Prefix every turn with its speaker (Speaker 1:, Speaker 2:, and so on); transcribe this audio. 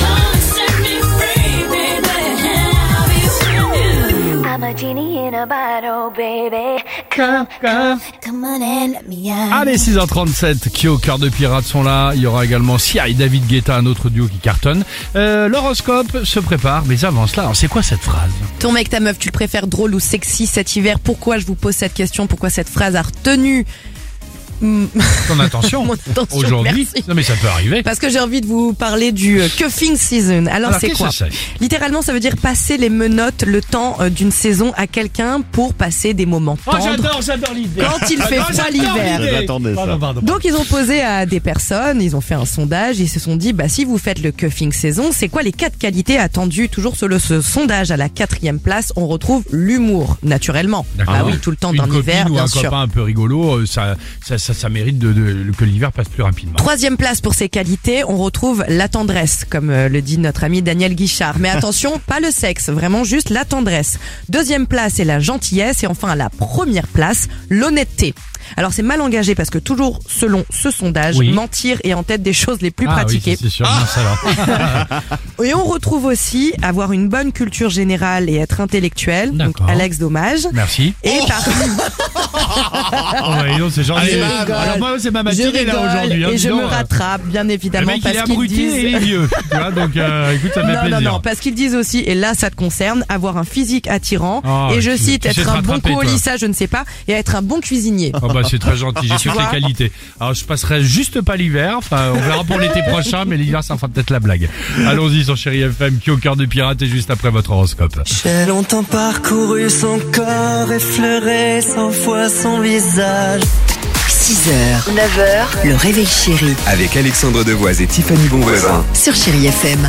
Speaker 1: come and set me free, baby. Have you?
Speaker 2: I'm a genie in a bottle, baby. Come, come, come on and let me out.
Speaker 3: Allez, 6h37, Kyo, Cœur de Pirate sont là. Il y aura également Sia et David Guetta, un autre duo qui cartonne. Euh, L'horoscope se prépare, mais avant cela, alors c'est quoi cette phrase
Speaker 4: Ton mec, ta meuf, tu le préfères drôle ou sexy cet hiver Pourquoi je vous pose cette question Pourquoi cette phrase a retenu Hmm,
Speaker 3: Ton attention,
Speaker 4: Mon attention,
Speaker 3: aujourd'hui.
Speaker 4: merci.
Speaker 3: Non mais ça peut arriver.
Speaker 4: Parce que j'ai envie de vous parler du euh, cuffing season. Alors,
Speaker 3: Alors,
Speaker 4: c'est
Speaker 3: qu'est-ce
Speaker 4: quoi
Speaker 3: que c'est
Speaker 4: Littéralement, ça veut dire passer les menottes le temps euh, d'une saison à quelqu'un pour passer des moments
Speaker 3: Oh
Speaker 4: tendres.
Speaker 3: j'adore, j'adore l'idée.
Speaker 4: Quand il fait
Speaker 3: Ah,
Speaker 4: froid
Speaker 3: j'adore
Speaker 4: l'hiver.
Speaker 3: l'idée.
Speaker 5: J'attendais ça.
Speaker 3: Pardon, pardon.
Speaker 4: Donc ils ont posé à des personnes, ils ont fait un sondage, ils se sont dit bah si vous faites le cuffing saison, c'est quoi les quatre qualités attendues Toujours sur le ce sondage à la quatrième place, on retrouve l'humour naturellement.
Speaker 3: D'accord.
Speaker 4: Bah oui, tout le temps
Speaker 3: Une
Speaker 4: dans
Speaker 3: copine
Speaker 4: l'hiver,
Speaker 3: ou
Speaker 4: bien
Speaker 3: un
Speaker 4: sûr.
Speaker 3: copain un peu rigolo, euh, ça, ça, ça, ça mérite de, de- que l'hiver passe plus rapidement.
Speaker 4: Troisième place pour ces qualités, on retrouve la tendresse, comme euh, le dit notre ami Daniel Guichard. Mais attention, pas le sexe, vraiment juste la tendresse. Deuxième place, c'est la gentillesse. Et enfin, à la première place, l'honnêteté. Alors c'est mal engagé parce que toujours selon ce sondage,
Speaker 3: Oui.
Speaker 4: mentir est en tête des choses les plus
Speaker 3: Ah oui,
Speaker 4: pratiquées.
Speaker 3: c'est- c'est sûr, mince alors.
Speaker 4: Et on retrouve aussi avoir une bonne culture générale et être intellectuel. Donc
Speaker 3: D'accord.
Speaker 4: Alex Dommage.
Speaker 3: Merci.
Speaker 4: Et parmi
Speaker 3: Oh, bah, dis donc, c'est gentil.
Speaker 4: Je rigole.
Speaker 3: alors moi c'est ma
Speaker 4: je
Speaker 3: matinée là
Speaker 4: rigole
Speaker 3: aujourd'hui. hein,
Speaker 4: et
Speaker 3: dis
Speaker 4: je
Speaker 3: donc,
Speaker 4: me
Speaker 3: euh,
Speaker 4: rattrape, bien
Speaker 3: Le
Speaker 4: évidemment,
Speaker 3: mec il est
Speaker 4: parce qu'ils
Speaker 3: abruti
Speaker 4: disent.
Speaker 3: et il est vieux. tu vois, donc euh, écoute ça me fait
Speaker 4: Non, non,
Speaker 3: plaisir.
Speaker 4: non, parce qu'ils disent aussi, et là ça te concerne, avoir un physique attirant,
Speaker 3: Ah,
Speaker 4: et je
Speaker 3: tu-
Speaker 4: cite,
Speaker 3: tu sais te
Speaker 4: être un bon
Speaker 3: rattraper, toi.
Speaker 4: coulissage, je ne sais pas, et être un bon cuisinier.
Speaker 3: Ah bah c'est très gentil, j'ai toutes les
Speaker 4: vois
Speaker 3: qualités. Alors je passerai juste pas l'hiver, enfin on verra pour l'été prochain, mais l'hiver ça fera peut-être la blague. Allons-y sur Chéri FM, qui est au cœur de pirate et juste après votre horoscope.
Speaker 6: J'ai longtemps parcouru son corps, effleuré cent fois son visage.
Speaker 7: 6h, 9h, le réveil chéri
Speaker 8: Avec Alexandre Devoise et Tiffany Bonvoisin.
Speaker 7: sur Chéri FM.